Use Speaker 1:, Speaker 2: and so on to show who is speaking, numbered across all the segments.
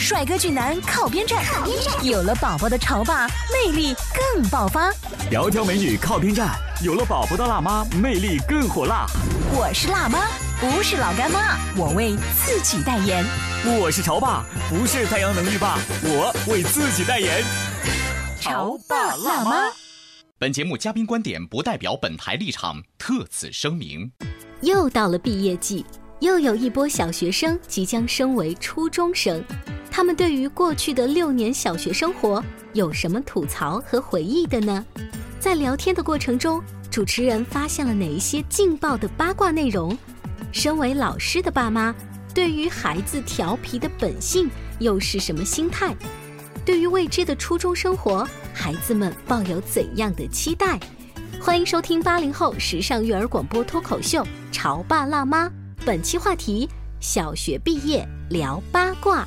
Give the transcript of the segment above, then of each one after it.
Speaker 1: 帅哥俊男靠边站，靠边站。有了宝宝的潮爸魅力更爆发。
Speaker 2: 窈窕美女靠边站，有了宝宝的辣妈魅力更火辣。
Speaker 1: 我是辣妈，不是老干妈，我为自己代言。
Speaker 2: 我是潮爸，不是太阳能浴霸，我为自己代言。
Speaker 1: 潮爸辣妈。
Speaker 3: 本节目嘉宾观点不代表本台立场，特此声明。
Speaker 1: 又到了毕业季，又有一波小学生即将升为初中生，他们对于过去的六年小学生活有什么吐槽和回忆的呢？在聊天的过程中，主持人发现了哪一些劲爆的八卦内容？身为老师的爸妈，对于孩子调皮的本性又是什么心态？对于未知的初中生活，孩子们抱有怎样的期待？欢迎收听八零后时尚育儿广播脱口秀《潮爸辣妈》，本期话题：小学毕业聊八卦。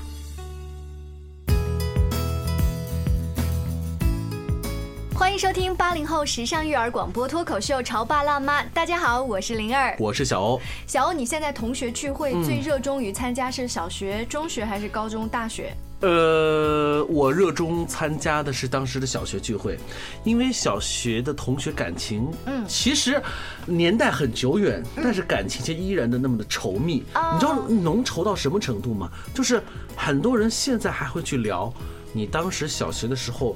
Speaker 4: 欢迎收听八零后时尚育儿广播脱口秀《潮爸辣妈》。大家好，我是灵儿。
Speaker 5: 我是小欧，
Speaker 4: 小欧，你现在同学聚会最热衷于参加是小学、中学还是高中、大学？
Speaker 5: 呃，我热衷参加的是当时的小学聚会，因为小学的同学感情，
Speaker 4: 嗯
Speaker 5: 其实年代很久远，但是感情却依然的那么的稠密。你知道浓稠到什么程度吗？就是很多人现在还会去聊你当时小学的时候。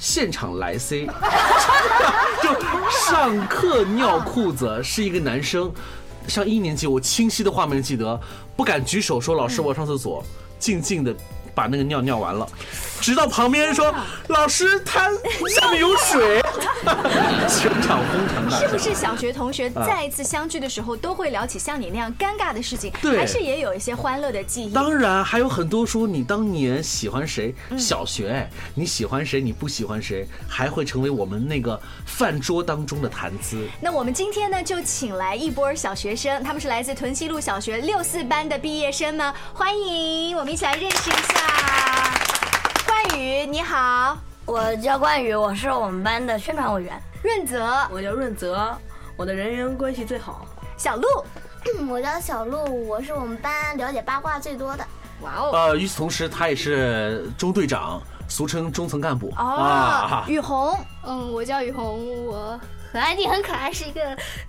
Speaker 5: 现场来 C，就上课尿裤子是一个男生，上一年级我清晰的画面记得，不敢举手说老师我要上厕所，静静的把那个尿尿完了，直到旁边人说老师他下面有水，全场哄堂大
Speaker 4: 是
Speaker 5: 笑。
Speaker 4: 不是小学同学
Speaker 5: 嗯
Speaker 4: 再一次相聚的时候，都会聊起像你那样尴尬的事情？
Speaker 5: 对
Speaker 4: 还是也有一些欢乐的记忆？
Speaker 5: 当然，还有很多说你当年喜欢谁，小学哎，你喜欢谁，你不喜欢谁，还会成为我们那个饭桌当中的谈资。
Speaker 4: 那我们今天呢，就请来一波小学生，他们是来自屯溪路小学六四班的毕业生们，欢迎我们一起来认识一下。冠宇，你好；
Speaker 6: 我叫冠宇，我是我们班的宣传委员。
Speaker 4: 润泽、
Speaker 7: 我叫润泽，我的人缘关系最好。
Speaker 4: 小鹿，
Speaker 8: 嗯我叫小鹿，我是我们班了解八卦最多的。
Speaker 4: 哇哦，
Speaker 5: 呃，与此同时，他也是中队长，俗称中层干部啊
Speaker 4: 哦，。雨虹，
Speaker 7: 嗯，我叫雨虹，我
Speaker 8: 很安静，很可爱，是一个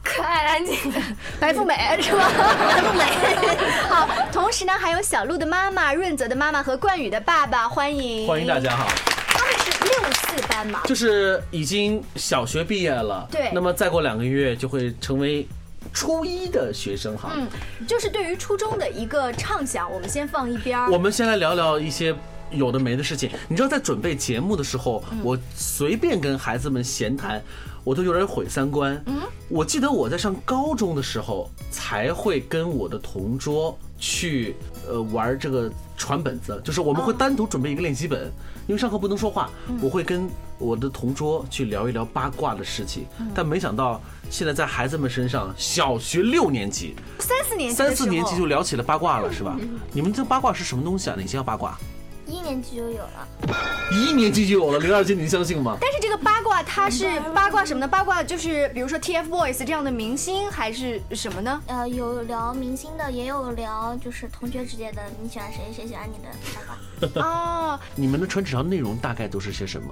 Speaker 7: 可爱安 静的。
Speaker 4: 白富美是吧？白富美。 好，同时呢，还有小鹿的妈妈、润泽的妈妈和冠宇的爸爸，欢迎
Speaker 5: 欢迎大。家哈，
Speaker 4: 他们是六四班嘛？
Speaker 5: 就是已经小学毕业了，
Speaker 4: 对
Speaker 5: 那么再过两个月就会成为初一的学生哈。
Speaker 4: 嗯，就是对于初中的一个畅想，我们先放一边儿。
Speaker 5: 我们先来聊聊一些有的没的事情。你知道，在准备节目的时候，我随便跟孩子们闲谈，我都有点毁三观。嗯，我记得我在上高中的时候才会跟我的同桌去呃玩这个传本子，就是我们会单独准备一个练习本，因为上课不能说话，我会跟我的同桌去聊一聊八卦的事情。但没想到，现在在孩子们身上，小学六年级。
Speaker 4: 三四年级的时
Speaker 5: 三
Speaker 4: 候，
Speaker 5: 四年级就聊起了八卦了，是吧？你们这八卦是什么东西啊？哪些叫八卦？
Speaker 8: 一年级就有了。
Speaker 5: 一年级就有了，零二级您相信吗？
Speaker 4: 但是这个八卦，它是八卦什么呢？八卦就是比如说 TFBOYS 这样的明星，还是什么呢？
Speaker 8: 呃，有聊明星的，也有聊就是同学之间的，你喜欢谁，谁喜欢你的八卦。
Speaker 4: 哦，
Speaker 5: 你们的传纸条内容大概都是些什么？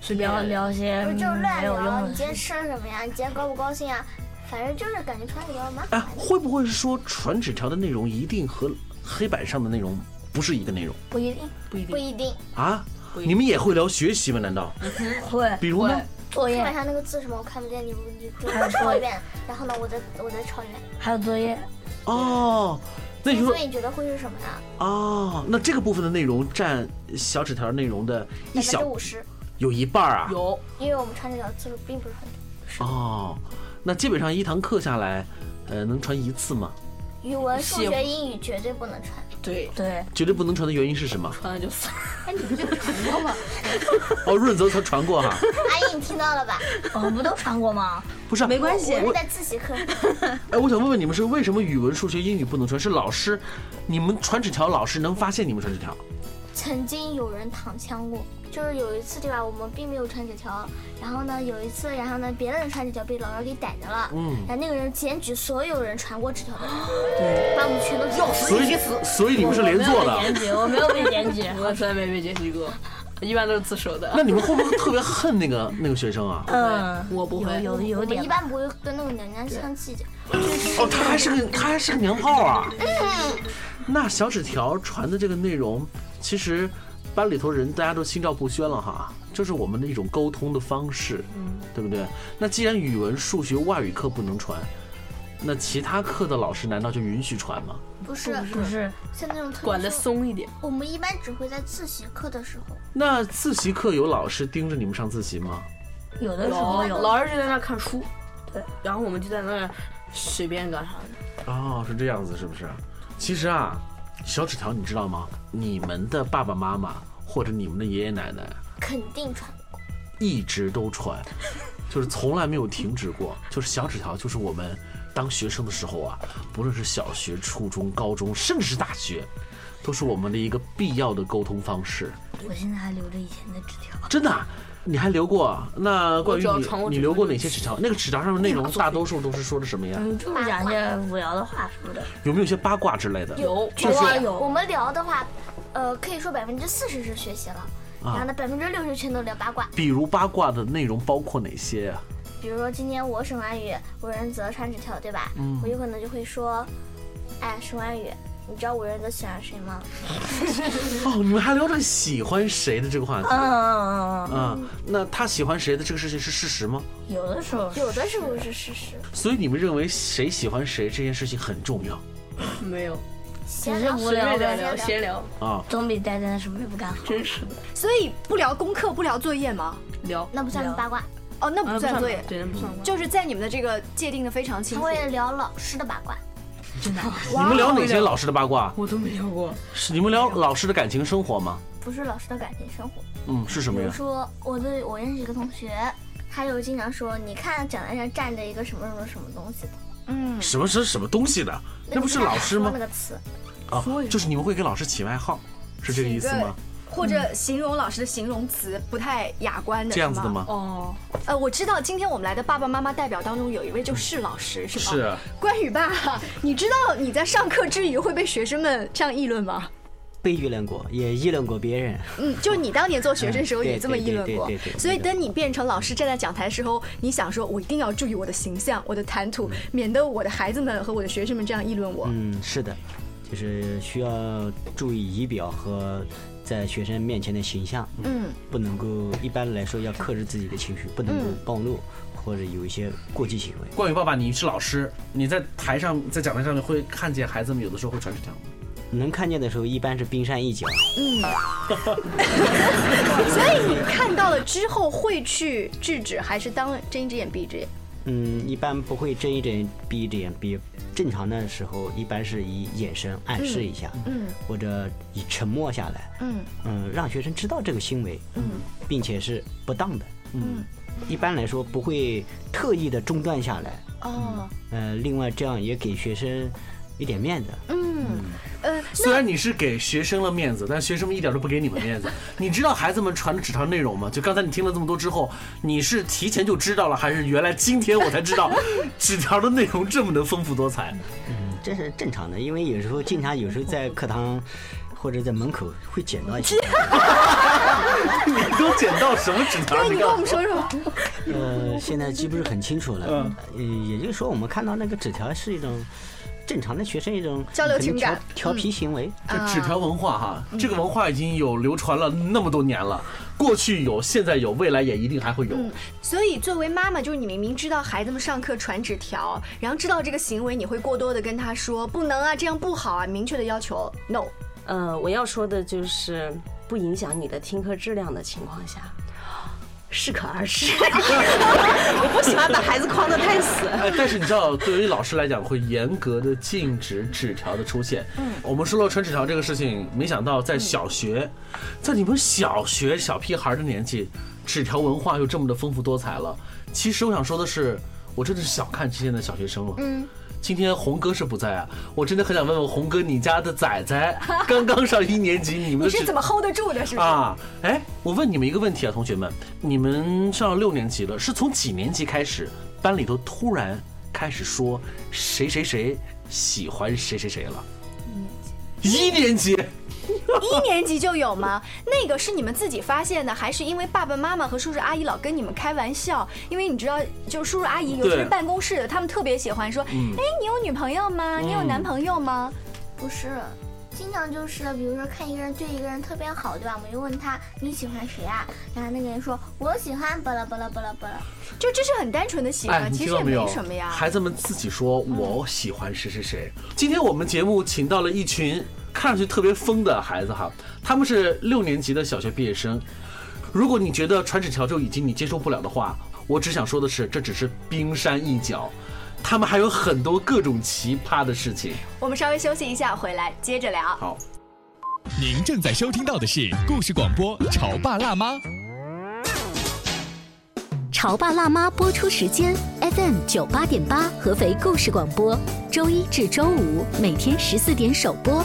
Speaker 6: 随便聊些
Speaker 9: 嗯
Speaker 8: 就是乱
Speaker 6: 没有
Speaker 8: 聊，
Speaker 6: 用
Speaker 8: 你
Speaker 6: 的
Speaker 8: 今天吃了什么呀？你今天高不高兴啊？反正就是感觉穿比较蛮
Speaker 5: 哎
Speaker 8: 好，的。
Speaker 5: 会不会是说传纸条的内容一定和黑板上的内容不是一个内容
Speaker 8: 不一定，
Speaker 7: 不一定
Speaker 8: 不一定。
Speaker 5: 啊？你们也会聊学习吗？难道？
Speaker 6: 会
Speaker 5: 比如呢？
Speaker 6: 作
Speaker 8: 黑板
Speaker 6: 业，
Speaker 8: 上那个字什么我看不见，你不你给我抄一遍，然后呢，我再我再抄一遍。
Speaker 6: 还有作业，
Speaker 5: 哦，那你
Speaker 8: 所
Speaker 5: 说
Speaker 8: 以你觉得会是什么呢？
Speaker 5: 哦，那这个部分的内容占小纸条内容的一
Speaker 8: 百分之
Speaker 5: 小
Speaker 8: 五十。
Speaker 5: 有一半儿啊。
Speaker 7: 有
Speaker 8: 因为我们传这条次数并不是很多。
Speaker 5: 哦，那基本上一堂课下来，呃，能传一次吗？
Speaker 8: 语文、数
Speaker 7: 喜
Speaker 8: 学、
Speaker 7: 欢
Speaker 8: 英语绝对不能传。
Speaker 7: 对，
Speaker 6: 对，
Speaker 5: 绝对不能传的原因是什么？
Speaker 7: 完了就算了。
Speaker 4: 哎，你不就传过吗？
Speaker 5: 哦，润泽曾传过 哈，
Speaker 8: 阿姨，你听到了吧？
Speaker 6: 我们哦不都传过吗？
Speaker 5: 不是啊、
Speaker 7: 没关系
Speaker 8: 我
Speaker 5: 我
Speaker 8: 们在自习课，
Speaker 5: 哎，我想问问你们是为什么语文、数学、英语不能传？是老师，你们传纸条，老师能发现你们传纸条？
Speaker 8: 曾经有人躺枪过，就是有一次对吧？我们并没有传纸条，然后呢，有一次，然后呢，别的人传纸条被老师给逮着了，
Speaker 5: 嗯
Speaker 8: 然后那个人检举所有人传过纸条的人，
Speaker 7: 对，
Speaker 8: 把我们全都
Speaker 7: 要死
Speaker 5: 所
Speaker 7: 你
Speaker 5: 以
Speaker 7: 去死！，
Speaker 5: 所以你们是连坐的。
Speaker 6: 检举，我没有被检举。
Speaker 7: 我从来没被检举过，一般都是自首的。
Speaker 5: 那你们会不会特别恨那个那个学生啊？
Speaker 6: 嗯，
Speaker 7: 我不会，
Speaker 6: 有有有
Speaker 8: 我
Speaker 6: 点
Speaker 8: 一般不会跟那种娘娘生气的。
Speaker 5: 哦，他还是个他还是个娘炮啊。那小纸条传的这个内容，其实班里头人大家都心照不宣了哈，就是我们的一种沟通的方式，对不对？那既然语文、数学、外语课不能传，那其他课的老师难道就允许传吗？
Speaker 8: 不是，
Speaker 6: 不是，
Speaker 8: 像那种特殊
Speaker 7: 管得松一点。
Speaker 8: 我们一般只会在自习课的时候，
Speaker 5: 那自习课有老师盯着你们上自习吗？
Speaker 6: 有的时候有，
Speaker 7: 老师就在那儿看书，对，然后我们就在那儿随便干啥的。
Speaker 5: 哦，是这样子，是不是？其实啊，小纸条你知道吗？你们的爸爸妈妈或者你们的爷爷奶奶
Speaker 8: 肯定传。
Speaker 5: 一直都传， 就是从来没有停止过。就是小纸条，就是我们当学生的时候啊，不论是小学、初中、高中，甚至是大学，都是我们的一个必要的沟通方式。
Speaker 6: 我现在还留着以前的纸条。
Speaker 5: 真的啊、你还留过啊？那关
Speaker 7: 我
Speaker 5: 于
Speaker 7: 只要传
Speaker 5: 你，
Speaker 7: 过
Speaker 5: 你
Speaker 7: 纸
Speaker 5: 留
Speaker 7: 条
Speaker 5: 过
Speaker 7: 就
Speaker 5: 哪些纸条？那个纸条上面内容大多数都是说的什么呀？
Speaker 6: 嗯，就是讲一些无聊的话什么的。
Speaker 5: 有没有一些八卦之类的？
Speaker 7: 有，
Speaker 6: 偶尔
Speaker 8: 我
Speaker 6: 有，
Speaker 8: 们聊的话，呃，可以说百分之四十是学习了，
Speaker 7: 啊
Speaker 8: 然后呢，百分之六十全都聊八卦。
Speaker 5: 比如八卦的内容包括哪些啊呀、
Speaker 8: 比如说今天我沈婉雨，我仁泽传纸条，对吧？我有可能就会说，哎，沈婉雨，你知道我仁泽喜欢谁吗？
Speaker 5: 哦，你们还聊着喜欢谁的这个话题
Speaker 6: 嗯嗯嗯嗯嗯，
Speaker 5: 啊？那他喜欢谁的这个事情是事实吗？
Speaker 6: 有的时候
Speaker 8: 有的时候是事实，
Speaker 5: 所以你们认为谁喜欢谁这件事情很重要
Speaker 7: 没有，
Speaker 8: 闲
Speaker 6: 只是
Speaker 8: 聊
Speaker 6: 无
Speaker 7: 随
Speaker 6: 聊
Speaker 7: 便
Speaker 6: 的
Speaker 7: 聊
Speaker 8: 闲
Speaker 7: 聊，闲聊，
Speaker 5: 啊？
Speaker 6: 总比待在那什么也不干好。
Speaker 7: 真是的，
Speaker 4: 所以不聊功课，不聊作业吗？
Speaker 7: 聊。
Speaker 8: 那不算是八卦，
Speaker 4: 哦，那不算作业，
Speaker 7: 对，那不算。
Speaker 4: 就是在你们的这个界定的非常清
Speaker 8: 他
Speaker 4: 楚。哦
Speaker 8: 会聊老师的八卦。
Speaker 5: 你们聊哪些老师的八卦？
Speaker 7: 我都没聊过，
Speaker 5: 是你们聊老师的感情生活吗？
Speaker 8: 不是老师的感情生活，
Speaker 5: 嗯，是什
Speaker 8: 比
Speaker 5: 么
Speaker 8: 如
Speaker 5: 呀？
Speaker 8: 说我对我认识一个同学，他就经常说，你看讲台上站着一个什么什么什么东西的，
Speaker 4: 嗯，
Speaker 5: 什么是什么东西的？那不是老师吗
Speaker 8: 那？个词，
Speaker 5: 啊，就是你们会给老师起外号，是这个意思吗？
Speaker 4: 或者形容老师的形容词不太雅观的，
Speaker 5: 这样子的
Speaker 4: 是吗？
Speaker 5: 吗？
Speaker 7: 哦，
Speaker 4: 呃，我知道今天我们来的爸爸妈妈代表当中有一位就是老师，是吗？
Speaker 5: 是。
Speaker 4: 关羽爸，你知道你在上课之余会被学生们这样议论吗？
Speaker 10: 被议论过，也议论过别人。
Speaker 4: 嗯，就你当年做学生的时候
Speaker 10: 嗯
Speaker 4: 也这么议论过
Speaker 10: 对对对对，对
Speaker 4: 所以等你变成老师站在讲台的时候，你想说我一定要注意我的形象、我的谈吐，免得我的孩子们和我的学生们这样议论我。
Speaker 10: 嗯，是的，就是需要注意仪表和在学生面前的形象，
Speaker 4: 嗯，
Speaker 10: 不能够一般来说要克制自己的情绪，不能够暴露或者有一些过激行为。
Speaker 5: 冠宇爸爸，你是老师，你在台上在讲台上面会看见孩子们有的时候会传纸条吗？
Speaker 10: 能看见的时候一般是冰山一角，
Speaker 4: 嗯所以你看到了之后会去制止，还是当睁一只眼闭一只眼？
Speaker 10: 嗯，一般不会睁一只眼闭一只眼闭。正常的时候一般是以眼神暗示一下，
Speaker 4: 嗯
Speaker 10: 或者以沉默下来，
Speaker 4: 嗯
Speaker 10: 嗯，让学生知道这个行为，嗯，并且是不当的，
Speaker 4: 嗯，
Speaker 10: 一般来说不会特意的中断下来，
Speaker 4: 哦
Speaker 10: 呃，另外这样也给学生一点面子，
Speaker 4: 嗯呃，
Speaker 10: 啊
Speaker 5: 虽然你是给学生了面子，但学生们一点都不给你们面子。你知道孩子们传的纸条内容吗？就刚才你听了这么多之后，你是提前就知道了，还是原来今天我才知道纸条的内容这么的丰富多彩？
Speaker 10: 嗯这是正常的，因为有时候经常有时候在课堂或者在门口会捡到 一些，
Speaker 5: 你都捡到什么纸条？
Speaker 4: 那你
Speaker 5: 你
Speaker 4: 跟我
Speaker 5: 告诉
Speaker 4: 们说说，
Speaker 10: 呃，现在记不是很清楚了，嗯，也就是说我们看到那个纸条是一种正常的学生一种
Speaker 4: 交流
Speaker 10: 可能
Speaker 4: 情感嗯
Speaker 10: 调调皮行为，
Speaker 5: 这纸条文化哈，这个文化已经有流传了那么多年了，过去有，现在有，未来也一定还会有。
Speaker 4: 嗯所以作为妈妈，就是你明明知道孩子们上课传纸条，然后知道这个行为，你会过多的跟他说不能啊，这样不好啊，明确的要求 no。
Speaker 9: 呃，我要说的就是不影响你的听课质量的情况下，适可而止。 我不喜欢把孩子框得太死。
Speaker 5: 哎，但是你知道，对于老师来讲，会严格的禁止纸条的出现。嗯，我们说到传纸条这个事情，没想到
Speaker 4: 嗯
Speaker 5: 在小学，在你们小学小屁孩的年纪，纸条文化又这么的丰富多彩了。其实我想说的是，我真的是小看现在的小学生了。啊
Speaker 4: 嗯。
Speaker 5: 今天红哥是不在啊，我真的很想问问红哥，你家的仔 仔刚刚上一年级，你们
Speaker 4: 你是怎么 hold 得住的？是不是？
Speaker 5: 啊，哎，我问你们一个问题啊，同学们，你们上六年级了，是从几年级开始班里头突然开始说谁谁谁喜欢谁谁谁了？一年级，
Speaker 4: 一年级就有吗？那个是你们自己发现的，还是因为爸爸妈妈和叔叔阿姨老跟你们开玩笑？因为你知道，就叔叔阿姨，尤其是
Speaker 8: 对
Speaker 4: 办公室的，他们特别喜欢说：“哎、
Speaker 8: 嗯
Speaker 4: 你有女朋友吗？
Speaker 5: 嗯
Speaker 4: 你有男朋友吗
Speaker 8: 不是，经常就是比如说看一个人对一个人特别好，对吧？我们就问他你喜欢谁啊？然后那个人说我喜欢巴拉巴拉巴拉巴拉，
Speaker 4: 就这是很单纯的喜
Speaker 5: 哎，你
Speaker 4: 啊其
Speaker 5: 听
Speaker 4: 实
Speaker 5: 到
Speaker 4: 也
Speaker 5: 没有？
Speaker 4: 没什么呀。嗯
Speaker 5: 孩子们自己说我喜欢谁谁谁。今天我们节目请到了一群看上去特别疯的孩子哈，他们是六年级的小学毕业生。如果你觉得传纸条就已经你接受不了的话，我只想说的是，这只是冰山一角，他们还有很多各种奇葩的事情。
Speaker 4: 我们稍微休息一下，回来接着聊。
Speaker 5: 好，
Speaker 11: 您正在收听到的是故事广播《潮爸辣妈》。
Speaker 1: 《潮爸辣妈》播出时间：FM 九八点八，合肥故事广播，周一至周五每天十四点首播，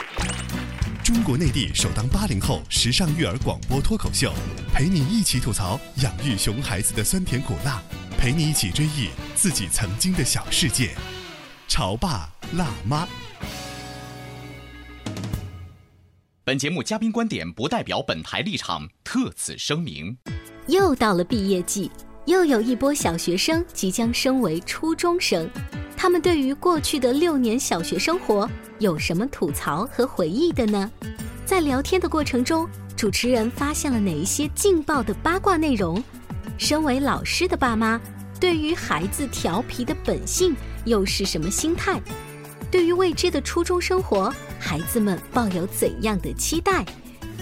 Speaker 12: 中国内地首档八零后时尚育儿广播脱口秀，陪你一起吐槽养育熊孩子的酸甜苦辣，陪你一起追忆自己曾经的小世界。潮爸辣妈，
Speaker 3: 本节目嘉宾观点不代表本台立场，特此声明。
Speaker 1: 又到了毕业季，又有一波小学生即将升为初中生，他们对于过去的六年小学生活有什么吐槽和回忆的呢？在聊天的过程中，主持人发现了哪一些劲爆的八卦内容？身为老师的爸妈，对于孩子调皮的本性又是什么心态？对于未知的初中生活，孩子们抱有怎样的期待？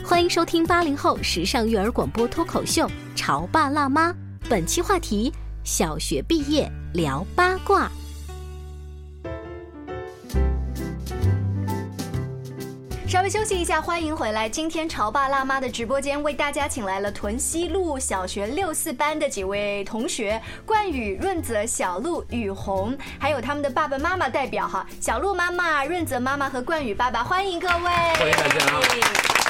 Speaker 1: 欢迎收听八零后时尚育儿广播脱口秀《潮爸辣妈》，本期话题：小学毕业聊八卦。
Speaker 4: 稍微休息一下，欢迎回来。今天潮爸辣妈的直播间为大家请来了屯溪路小学六四班的几位同学，冠宇、润泽、小鹿、雨虹，还有他们的爸爸妈妈代表哈，小鹿妈妈、润泽妈妈和冠宇爸爸，欢迎各啊位。欢
Speaker 5: 迎大家。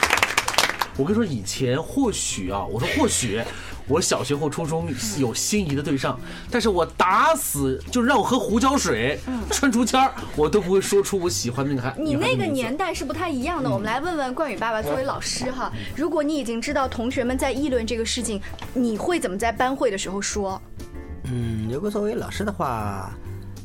Speaker 5: 我跟你说，以前或许啊，我说或许，我小学或初中有心仪的对象，但是我打死就让我喝胡椒水、穿竹签儿，我都不会说出我喜欢的那个孩。
Speaker 4: 嗯你那个
Speaker 5: 女孩的名字
Speaker 4: 年代是不太一样的，
Speaker 5: 嗯
Speaker 4: 我们来问问冠宇爸爸作为老师哈，如果你已经知道同学们在议论这个事情，你会怎么在班会的时候说？
Speaker 10: 嗯，如果作为老师的话，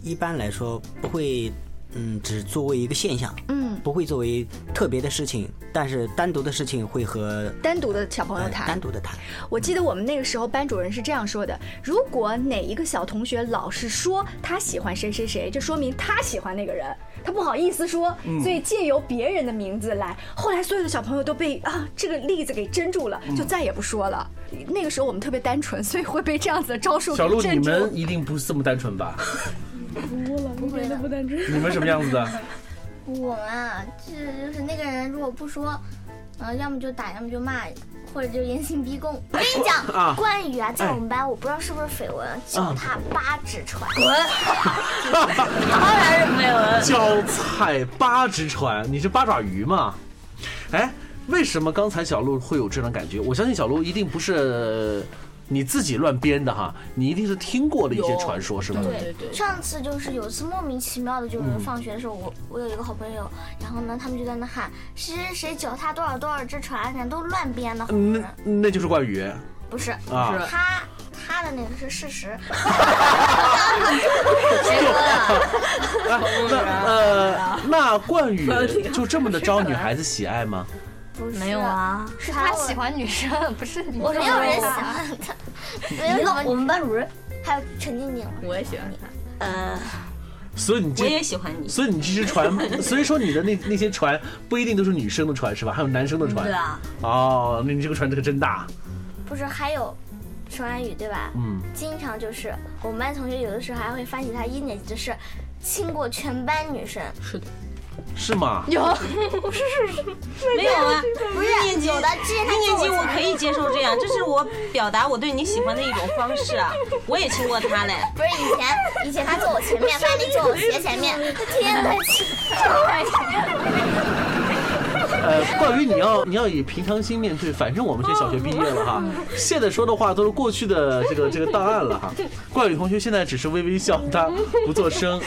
Speaker 10: 一般来说不会，嗯，只作为一个现象，
Speaker 4: 嗯，
Speaker 10: 不会作为特别的事情，但是单独的事情会和
Speaker 4: 单独的小朋友
Speaker 10: 呃
Speaker 4: 谈，
Speaker 10: 单独的谈。
Speaker 4: 我记得我们那个时候班主任是这样说的：如果哪一个小同学老是说他喜欢谁谁谁，这说明他喜欢那个人，他不好意思说，
Speaker 13: 嗯
Speaker 4: 所以借由别人的名字来。后来所有的小朋友都被啊这个例子给镇住了，
Speaker 5: 嗯
Speaker 4: 就再也不说了。那个时候我们特别单纯，所以会被这样子的招数给
Speaker 5: 小鹿，你
Speaker 4: 镇住。
Speaker 5: 们一定不是这么单纯吧？
Speaker 8: 不了，不会的，不单
Speaker 5: 你们什么样 子的？
Speaker 8: 我们啊，这就是那个人如果不说，呃，要么就打，要么就骂，或者就严刑逼供。我跟你讲，
Speaker 5: 啊
Speaker 8: 冠宇啊，在
Speaker 5: 哎
Speaker 8: 我们班，我不知道是不是绯闻，脚
Speaker 5: 啊
Speaker 8: 踏八指船，
Speaker 5: 滚当
Speaker 8: 然是没
Speaker 4: 呃
Speaker 8: 有
Speaker 5: 脚踩八只船，你是八爪鱼吗？哎，为什么刚才小鹿会有这种感觉？我相信小鹿一定不是呃你自己乱编的哈，你一定是听过的一些传说，是吧？
Speaker 8: 上次就是有一次莫名其妙的，就是
Speaker 5: 嗯
Speaker 8: 放学的时候，我我有一个好朋友，然后呢，他们就在那喊谁谁谁脚踏多少多少只船，然后都乱编的。
Speaker 5: 嗯那那就是冠宇。
Speaker 8: 不是，
Speaker 5: 啊
Speaker 8: 他他的那个是事实。
Speaker 5: 那那呃，那冠 宇就这么的招女孩子喜爱吗？
Speaker 8: 不是
Speaker 6: 没有啊，
Speaker 8: 是
Speaker 13: 他喜欢女生，不是你。
Speaker 8: 我没有人喜欢他，没有什么。
Speaker 6: 我们班主任
Speaker 8: 还有陈静静，
Speaker 9: 我也喜欢他。
Speaker 6: 呃，
Speaker 5: 所以你这
Speaker 9: 我也喜欢你
Speaker 5: 所以你这只 船，所以说你的那那些船不一定都是女生的船是吧？还有男生的船。
Speaker 8: 对啊。
Speaker 5: 哦，那你这个船这个真大。
Speaker 8: 不是还有陈安宇对吧？
Speaker 5: 嗯。
Speaker 8: 经常就是我们班同学有的时候还会发起他一年级的事，亲过全班女生。
Speaker 9: 是的。
Speaker 5: 是吗？
Speaker 9: 有
Speaker 8: 是是是
Speaker 9: 没有啊？
Speaker 8: 不是
Speaker 9: 一年级，
Speaker 8: 有的之前他
Speaker 9: 一年级
Speaker 8: 跟
Speaker 9: 我可以接受这 样，这是我表达我对你喜欢的一种方式啊。我也亲过他嘞，
Speaker 8: 不是以前，以前他坐我前面，范丽坐我斜前面，天呐，
Speaker 5: 呃，冠宇，你要你要以平常心面对，反正我们这小学毕业了 哈，现在说的话都是过去的这个这个档案了哈。冠宇同学现在只是微微笑，他不作声。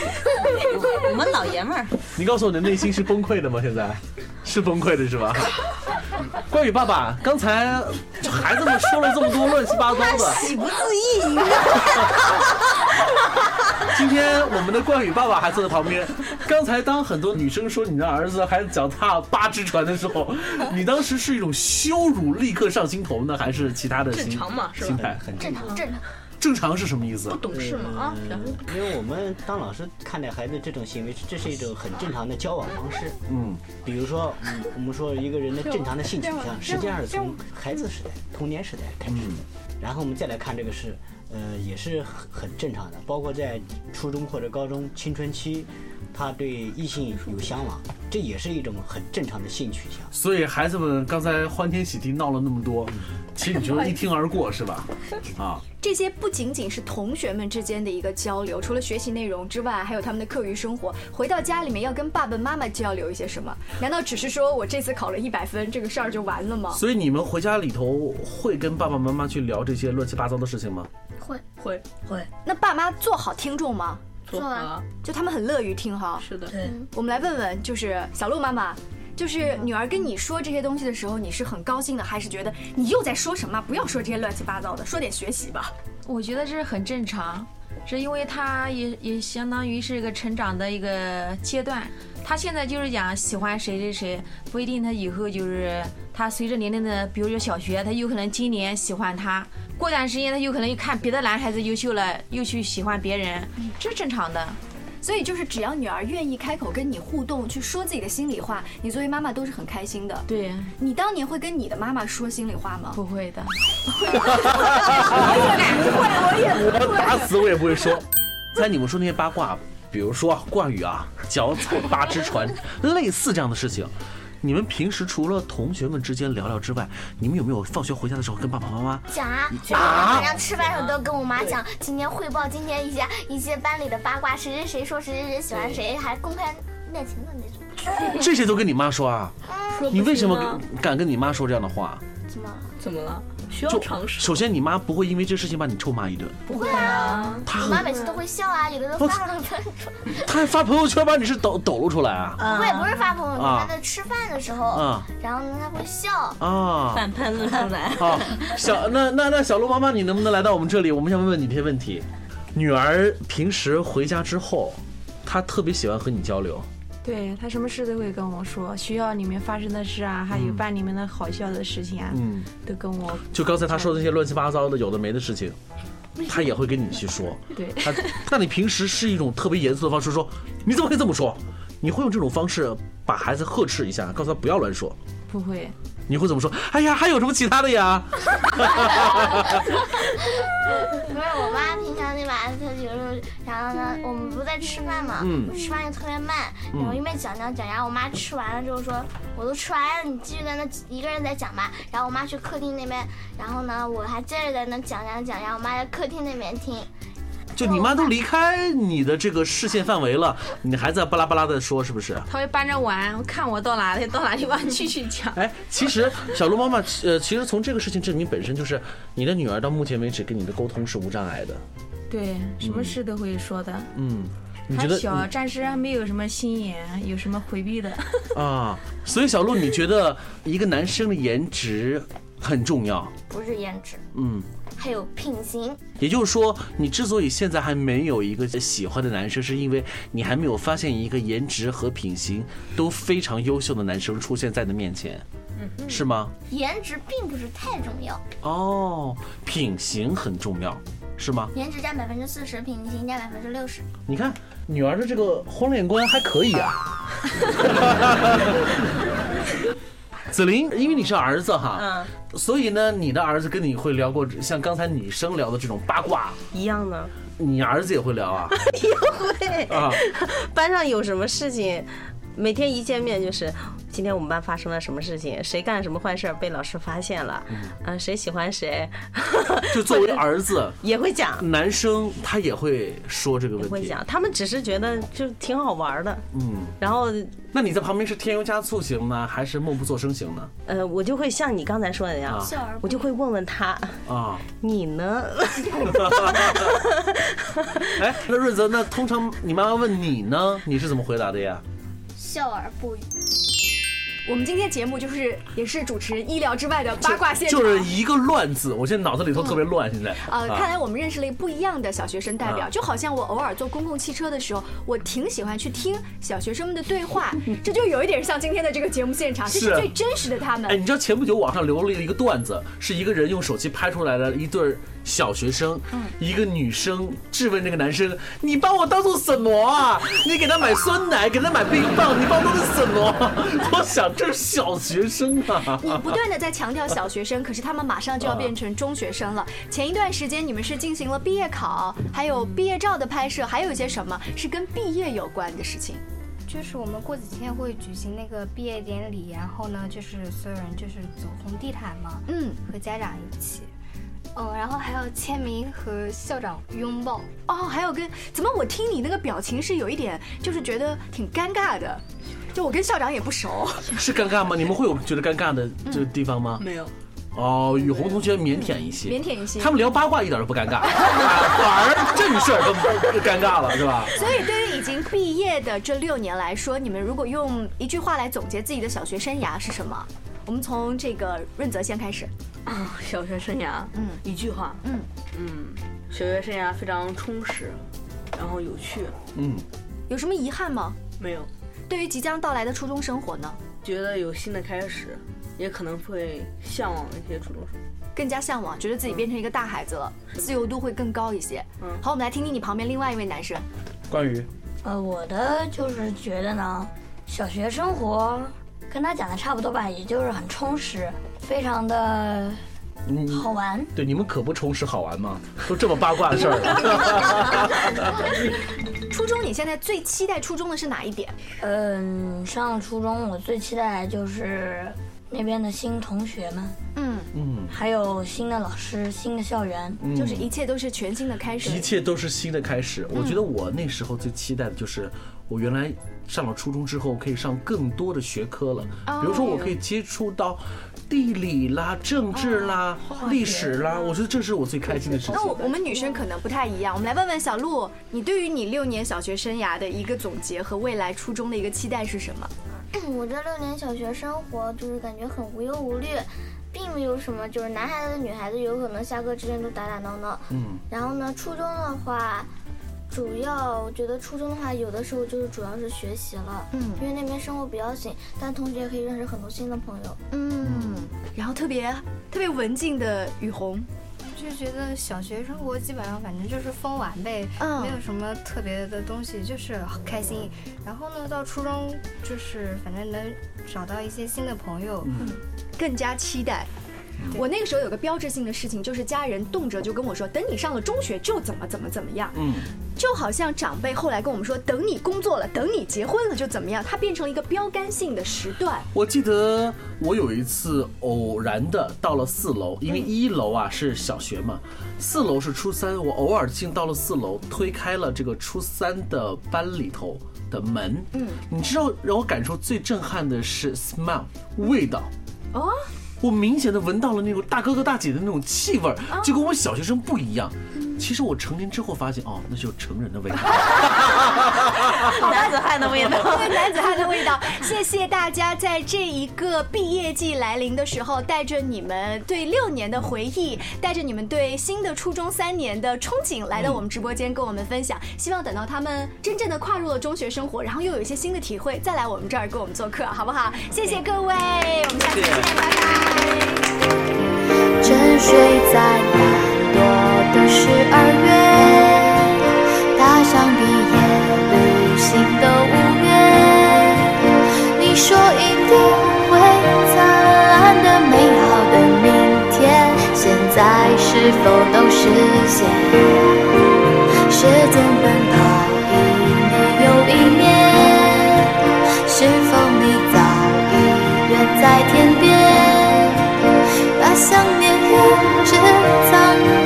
Speaker 9: 我们老爷们儿。
Speaker 5: 你告诉我，你的内心是崩溃的吗？现在是崩溃的是 吧？关羽爸爸，刚才孩子们说了这么多乱七八糟的，
Speaker 9: 喜不自
Speaker 8: 抑。
Speaker 5: 今天我们的冠宇爸爸还坐在旁边。刚才当很多女生说你的儿子还脚踏八只船的时候，你当时是一种羞辱立刻上心头呢，还是其他的心
Speaker 9: 正常嘛是吧
Speaker 5: 心态
Speaker 8: 正常正常。
Speaker 5: 正常是什么意思？不
Speaker 9: 懂事嘛啊然后
Speaker 10: 因为我们当老师看待孩子这种行为，这是一种很正常的交往方式。
Speaker 5: 嗯，
Speaker 10: 比如说，嗯，我们说一个人的正常的性取向，实际上是从孩子时代、童年时代开始的。然后我们再来看这个是，呃，也是很很正常的，包括在初中或者高中青春期，他对异性有向往，这也是一种很正常的性取向。
Speaker 5: 所以孩子们刚才欢天喜地闹了那么多，其实你觉得一听而过是 吧？啊，
Speaker 4: 这些不仅仅是同学们之间的一个交流，除了学习内容之外，还有他们的课余生活。回到家里面要跟爸爸妈妈交流一些什么？难道只是说我这次考了一百分，这个事儿就完了吗？
Speaker 5: 所以你们回家里头会跟爸爸妈妈去聊这些乱七八糟的事情吗？
Speaker 8: 会
Speaker 9: 会
Speaker 4: 会。那爸妈做好听众吗？
Speaker 8: 做啊，
Speaker 4: 就他们很乐于听哈。
Speaker 9: 是的
Speaker 8: 对
Speaker 4: 我们来问问，就是小鹿妈妈。就是女儿跟你说这些东西的时候，你是很高兴的，还是觉得你又在说什么？不要说这些乱七八糟的，说点学习吧。
Speaker 13: 我觉得这是很正常，是因为他也也相当于是一个成长的一个阶段。他现在就是讲喜欢谁谁谁，不一定他以后就是他随着年龄的，比如说小学，他有可能今年喜欢他，过段时间他有可能一看别的男孩子优秀了，又去喜欢别人，这是正常的。
Speaker 4: 所以就是只要女儿愿意开口跟你互动，去说自己的心里话，你作为妈妈都是很开心的。
Speaker 13: 对，
Speaker 4: 你当年会跟你的妈妈说心里话吗？
Speaker 13: 不会的，
Speaker 4: 我也不会，我也不
Speaker 5: 我
Speaker 4: 会。
Speaker 5: 打死我也不会说。在你们说那些八卦，比如说啊冠宇啊，脚踩八只船，类似这样的事情，啊你们平时除了同学们之间聊聊之外，你们有没有放学回家的时候跟爸爸妈妈？
Speaker 8: 讲啊，
Speaker 5: 讲啊
Speaker 8: 晚上吃饭的时候都跟我妈讲，今天汇报今天一些一些班里的八卦，谁谁谁说谁谁谁喜欢谁，还公开恋情的那种。
Speaker 5: 这些都跟你妈说啊？
Speaker 8: 说不
Speaker 5: 你为什
Speaker 8: 行
Speaker 5: 么
Speaker 8: 啊
Speaker 5: 跟敢跟你妈说这样的话？
Speaker 8: 怎么了？
Speaker 9: 怎么了？需要尝试。
Speaker 5: 首先，你妈不会因为这事情把你臭骂一顿，
Speaker 8: 不 会啊，
Speaker 5: 她
Speaker 8: 我妈每次都会笑啊，有的都发了分出。
Speaker 5: 她还发朋友圈把你是抖抖露出来啊？
Speaker 8: 不会，不是发朋友
Speaker 5: 啊
Speaker 8: 圈，她在吃饭的时候
Speaker 5: 啊，
Speaker 8: 然后呢，她会笑。
Speaker 5: 啊，
Speaker 9: 喷了出来
Speaker 5: 好，啊小那那那小鹿妈妈，你能不能来到我们这里？我们想问问你这些问题。女儿平时回家之后，她特别喜欢和你交流。
Speaker 13: 对他什么事都会跟我说，学校里面发生的事啊，还有班里面的好笑的事情啊，
Speaker 5: 嗯，
Speaker 13: 都跟我
Speaker 5: 就刚才她说的那些乱七八糟的、有的没的事情，她也会跟你去说。
Speaker 13: 对。
Speaker 5: 她，那你平时是一种特别严肃的方式说，你怎么可以这么说？你会用这种方式把孩子呵斥一下，告诉他不要乱说。
Speaker 13: 不会，
Speaker 5: 你会怎么说？哎呀，还有什么其他的呀？
Speaker 8: 不是我妈平常那把，她有时候，然后呢，我们不在吃饭嘛，
Speaker 5: 嗯
Speaker 8: 我吃饭就特别慢，
Speaker 5: 嗯
Speaker 8: 然后一边讲讲讲，然后我妈吃完了之后说，我都吃完了，你继续在那一个人在讲吧。然后我妈去客厅那边，然后呢，我还接着在那讲讲讲，然后我妈在客厅那边听，
Speaker 5: 就你妈都离开你的这个视线范围了，你还在巴拉巴拉的说，是不是？
Speaker 13: 他会搬着玩，看我到哪里到哪地方继续讲。
Speaker 5: 哎，其实小鹿妈妈，呃，其实从这个事情证明本身就是你的女儿到目前为止跟你的沟通是无障碍的。
Speaker 13: 对，什么事都会说的。
Speaker 5: 嗯，你觉
Speaker 13: 还
Speaker 5: 得
Speaker 13: 小，暂时还没有什么心眼，有什么回避的。
Speaker 5: 啊？所以小鹿，你觉得一个男生的颜值很重要。
Speaker 8: 不是颜值，
Speaker 5: 嗯，
Speaker 8: 还有品行。
Speaker 5: 也就是说，你之所以现在还没有一个喜欢的男生，是因为你还没有发现一个颜值和品行都非常优秀的男生出现在你的面前，
Speaker 8: 嗯
Speaker 5: 是吗？
Speaker 8: 颜值并不是太重要，
Speaker 5: 哦，品行很重要，是吗？
Speaker 8: 颜值占百分之四十，品行占百分之六十。
Speaker 5: 你看女儿的这个婚恋观还可以 啊。子琳，因为你是儿子哈，
Speaker 9: 嗯
Speaker 5: 所以呢，你的儿子跟你会聊过像刚才女生聊的这种八卦，
Speaker 9: 一样的。
Speaker 5: 你儿子也会聊 啊？
Speaker 9: 也会
Speaker 5: 啊
Speaker 9: 班上有什么事情，每天一见面就是今天我们班发生了什么事情，谁干什么坏事儿被老师发现了，嗯，谁喜欢谁，
Speaker 5: 就作为儿子，
Speaker 9: 也会讲，
Speaker 5: 男生他也会说这个
Speaker 9: 也
Speaker 5: 问
Speaker 9: 会
Speaker 5: 题。
Speaker 9: 讲。他们只是觉得就挺好玩儿的，
Speaker 5: 嗯，
Speaker 9: 然后
Speaker 5: 那你在旁边是添油加醋型呢，还是默不作声型呢？
Speaker 9: 呃，我就会像你刚才说的那样
Speaker 5: 啊笑而，
Speaker 9: 我就会问问他，
Speaker 5: 啊，
Speaker 9: 你呢？
Speaker 5: 哎，那润泽，那通常你妈妈问你呢，你是怎么回答的呀？
Speaker 8: 笑而不语。
Speaker 4: 我们今天节目就是也是主持意料之外的八卦现场，
Speaker 5: 就是一个乱字，我现在脑子里头特别乱，现在。
Speaker 4: 呃，看来
Speaker 5: 我
Speaker 4: 我们认识了不一样的小学生代表，
Speaker 5: 啊
Speaker 4: 就好像我偶尔坐公共汽车的时候，我挺喜欢去听小学生们的对 话，这就有一点像今天的这个节目现场，这
Speaker 5: 是
Speaker 4: 是最真实的他
Speaker 5: 哎，
Speaker 4: 们。
Speaker 5: 你知道前不久网上流了一个段子，是一个人用手机拍出来的一对儿小学生，
Speaker 4: 嗯
Speaker 5: 一个女生质问这个男生：“你把我当做什么啊？你给他买酸奶，给他买冰棒，你把我当做什么？”啊 我想这是小学生啊！
Speaker 4: 你不断的在强调小学生，可是他们马上就要变成中学生了。
Speaker 5: 啊
Speaker 4: 前一段时间你们是进行了毕业考，还有毕业照的拍摄，还有一些什么是跟毕业有关的事情？
Speaker 14: 就是我们过几天会举行那个毕业典礼，然后呢，就是所有人就是走红地毯嘛，
Speaker 4: 嗯，
Speaker 14: 和家长一起，嗯，然后还要签名和校长拥抱。
Speaker 4: 哦，还有跟怎么我听你那个表情是有一点，就是觉得挺尴尬的，就我跟校长也不熟。
Speaker 5: 是尴尬吗？你们会有觉得尴尬的这个地方吗？
Speaker 4: 嗯没有。
Speaker 5: 哦，雨虹同学腼腆一些，
Speaker 4: 腼腆一些
Speaker 5: 他们聊八卦一点都不尴尬，反而正事儿都尴尬了，是吧？
Speaker 4: 所以，对于已经毕业的这六年来说，你们如果用一句话来总结自己的小学生涯是什么？我们从这个润泽先开始。
Speaker 7: 啊， 小学生涯，嗯，一句话，
Speaker 4: 嗯
Speaker 7: 嗯，小学生涯非常充实，然后有趣，
Speaker 5: 嗯，
Speaker 4: 有什么遗憾吗？
Speaker 7: 没有，
Speaker 4: 对于即将到来的初中生活呢，
Speaker 7: 觉得有新的开始，也可能会向往一些初中生。
Speaker 4: 更加向往，觉得自己变成一个大孩子了，自由度会更高一些。嗯，好，我们来听听你旁边另外一位男生。
Speaker 5: 关于
Speaker 6: 呃，我的就是觉得呢，小学生活跟他讲的差不多吧，也就是很充实，非常的
Speaker 5: 你
Speaker 6: 好 玩。
Speaker 5: 对你们可不充实好玩吗？ 都这么八卦的事儿。
Speaker 4: 初中，你现在最期待初中的是哪一点？
Speaker 6: 嗯，上初中我最期待的就是那边的新同学们，
Speaker 4: 嗯，
Speaker 5: 嗯，
Speaker 6: 还有新的老师、新的校园，
Speaker 5: 嗯
Speaker 4: 就是一切都是全新的开始。
Speaker 5: 一切都是新的开始。
Speaker 4: 嗯
Speaker 5: 我觉得我那时候最期待的就是，我原来上了初中之后，可以上更多的学科了，
Speaker 4: 哦
Speaker 5: 比如说我可以接触到地理啦、政治啦、历史啦，我觉得这是我最开心的事情
Speaker 4: 哦那。我我们女生可能不太一样，我们来问问小鹿，你对于你六年小学生涯的一个总结和未来初中的一个期待是什么？
Speaker 8: 我这六年小学生活就是感觉很无忧无虑，并没有什么，就是男孩子跟女孩子有可能下课之间都打打闹闹。
Speaker 5: 嗯，
Speaker 8: 然后呢，初中的话，主要我觉得初中的话，有的时候就是主要是学习了，
Speaker 4: 嗯
Speaker 8: 因为那边生活比较紧，但同时也可以认识很多新的朋友。
Speaker 4: 嗯，然后特别特别文静的雨虹，
Speaker 14: 就觉得小学生活基本上反正就是疯玩呗，
Speaker 4: 嗯
Speaker 14: 没有什么特别的东西，就是很开心。然后呢，到初中就是反正能找到一些新的朋友，
Speaker 4: 更加期待。我那个时候有个标志性的事情，就是家人动辄就跟我说，等你上了中学就怎么怎么怎么样，
Speaker 5: 嗯，
Speaker 4: 就好像长辈后来跟我们说，等你工作了，等你结婚了就怎么样，它变成了一个标杆性的时段。
Speaker 5: 我记得我有一次偶然的到了四楼，因为一楼啊是小学嘛，四楼是初三，我偶尔进到了四楼，推开了这个初三的班里头的门。嗯，你知道让我感受最震撼的是 smell 味道。
Speaker 4: 哦，
Speaker 5: 我明显的闻到了那种大哥哥大姐的那种气味儿，就跟我小学生不一样。其实我成年之后发现，哦，那就是成人的味道。
Speaker 9: 男子汉的味道
Speaker 4: 对男子汉的味道。谢谢大家在这一个毕业季来临的时候，带着你们对六年的回忆，带着你们对新的初中三年的憧憬，来到我们直播间跟我们分享。希望等到他们真正的跨入了中学生活，然后又有一些新的体会，再来我们这儿给我们做客，好不好？谢谢各位，我们下次见，拜拜。
Speaker 8: 沉睡在南落的十二月，踏上毕业旅行的五月。你说一定会灿烂的、美好的明天，现在是否都实现？时间奔跑，一年又一年，是否你早已远在天边？把想念一直藏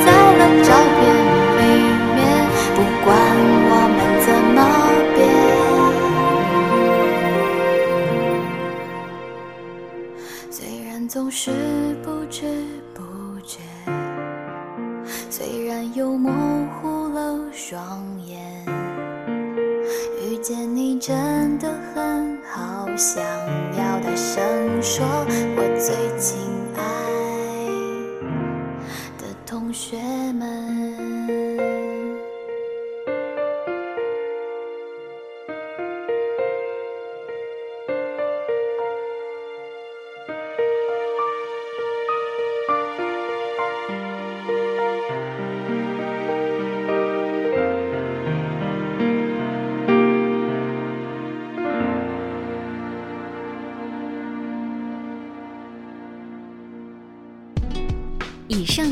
Speaker 8: 在了照片里面，不管我们怎么变。虽然总是不知不觉，虽然又模糊了双眼，遇见你真的很好，想要大声说，我最亲爱的同学们。
Speaker 1: 以上